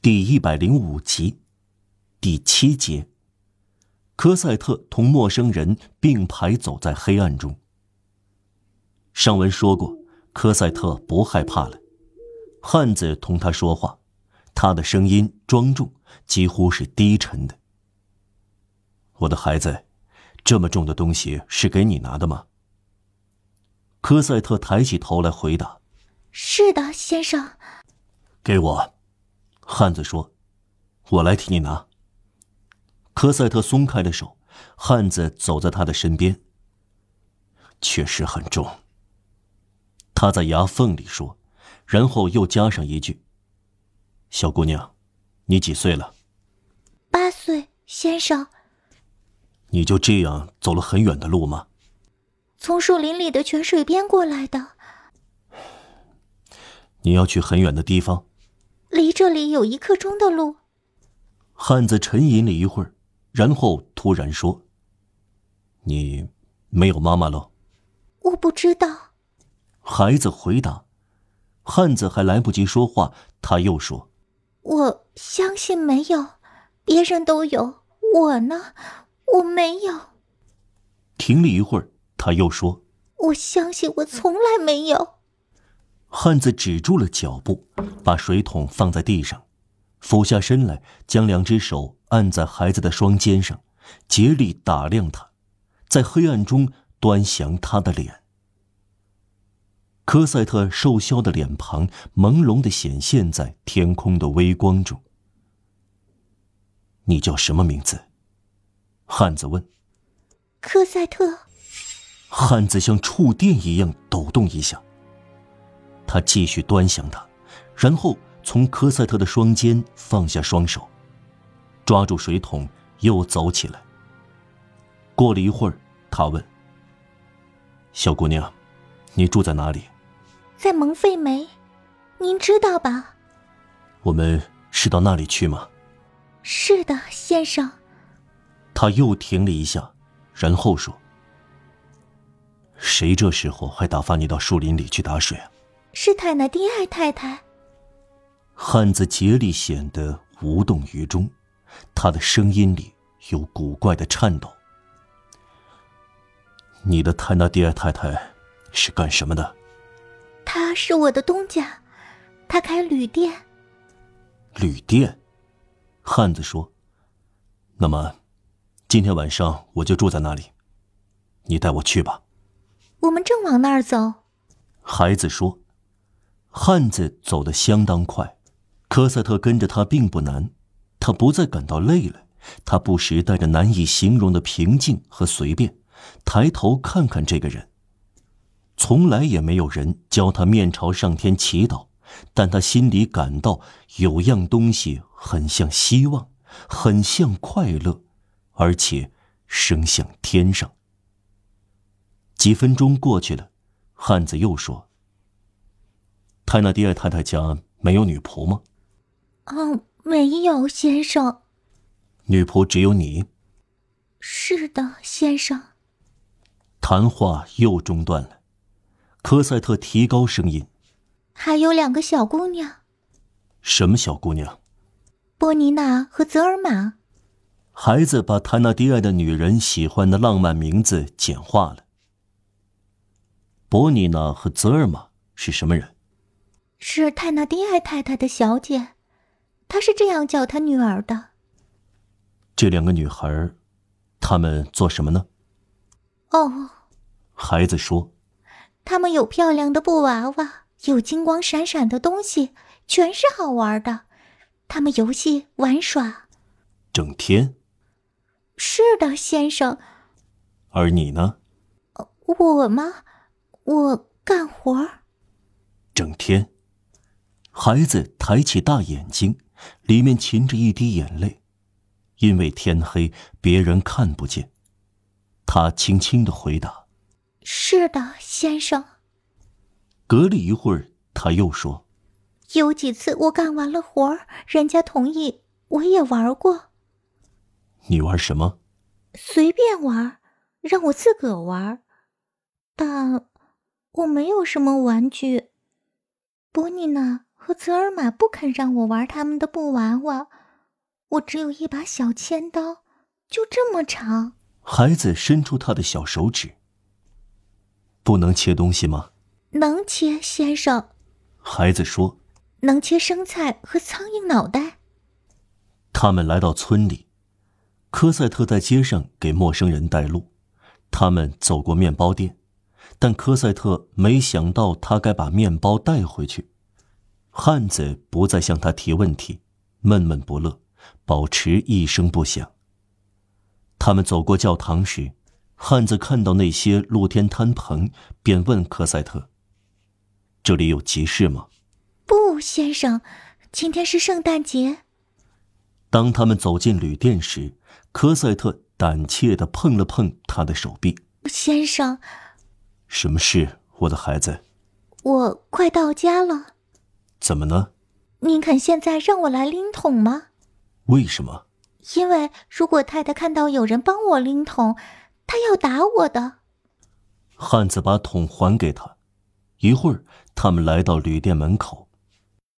第一百零五集，第七节，科赛特同陌生人并排走在黑暗中。上文说过，科赛特不害怕了。汉子同他说话，他的声音庄重，几乎是低沉的。我的孩子，这么重的东西是给你拿的吗？科赛特抬起头来回答是的，先生。：“给我。”汉子说：“我来替你拿。”科赛特松开的手，汉子走在他的身边。确实很重。他在牙缝里说，然后又加上一句：“小姑娘，你几岁了？八岁，先生，你就这样走了很远的路吗？从树林里的泉水边过来的，你要去很远的地方？”离这里有一刻钟的路。汉子沉吟了一会儿，然后突然说：“你没有妈妈喽？”我不知道，孩子回答，汉子还来不及说话，他又说我相信没有，别人都有，我呢，我没有，：“停了一会儿。”他又说我相信我从来没有。：“汉子止住了脚步，把水桶放在地上，俯下身来，将两只手按在孩子的双肩上，竭力打量他，在黑暗中端详他的脸。”科赛特瘦削的脸庞朦胧的显现在天空的微光中。“你叫什么名字？”汉子问。科赛特，汉子像触电一样抖动一下。他继续端详他，然后从科赛特的双肩放下双手，抓住水桶，又走起来。过了一会儿，他问：“小姑娘，你住在哪里？在蒙费梅，您知道吧？我们是到那里去吗是的，先生，？”他又停了一下，然后说：“谁这时候还打发你到树林里去打水啊？”是泰纳迪埃太太。汉子竭力显得无动于衷，他的声音里有古怪的颤抖。你的泰纳迪尔太太是干什么的？她是我的东家，她开旅店。旅店。汉子说：“那么，今天晚上我就住在那里，你带我去吧。”我们正往那儿走，孩子说：“汉子走得相当快，科赛特跟着他并不难，他不再感到累了。他不时带着难以形容的平静和随便，抬头看看这个人。从来也没有人教他面朝上天祈祷，但他心里感到有样东西很像希望，很像快乐，而且升向天上。”几分钟过去了，汉子又说：“泰纳迪尔太太家没有女仆吗？嗯，没有，先生。女仆只有你。是的，先生。”谈话又中断了。科赛特提高声音还有两个小姑娘，：“什么小姑娘波妮娜和泽尔玛。？”孩子把泰纳迪尔的女人喜欢的浪漫名字简化了。伯尼娜和泽尔玛是什么人？是泰纳迪埃太太的小姐，她是这样叫她女儿的。这两个女孩儿，她们做什么呢？哦，孩子说她们有漂亮的布娃娃，有金光闪闪的东西，全是好玩的。她们游戏玩耍。：“整天。是的，先生，”而你呢？我吗？我干活儿。整天。孩子抬起大眼睛，里面噙着一滴眼泪，因为天黑，别人看不见。他轻轻的回答。是的，先生，隔了一会儿，他又说有几次我干完了活儿，人家同意，我也玩过。：“你玩什么随便玩儿，让我自个儿玩儿。但我没有什么玩具。波妮娜和泽尔玛不肯让我玩他们的布娃娃，我只有一把小尖刀，就这么长。孩子伸出他的小手指。不能切东西吗？能切，先生，孩子说。能切生菜和苍蝇脑袋。他们来到村里，科赛特在街上给陌生人带路。他们走过面包店，但科赛特没想到他该把面包带回去。汉子不再向他提问题，闷闷不乐，保持一声不响。他们走过教堂时，汉子看到那些露天摊棚，便问科赛特：“这里有集市吗？”不，先生，今天是圣诞节。当他们走进旅店时，科赛特胆怯地碰了碰他的手臂。先生，什么事，我的孩子？我快到家了。怎么呢？您肯现在让我来拎桶吗？为什么？因为如果太太看到有人帮我拎桶，她要打我的。汉子把桶还给他。一会儿，他们来到旅店门口，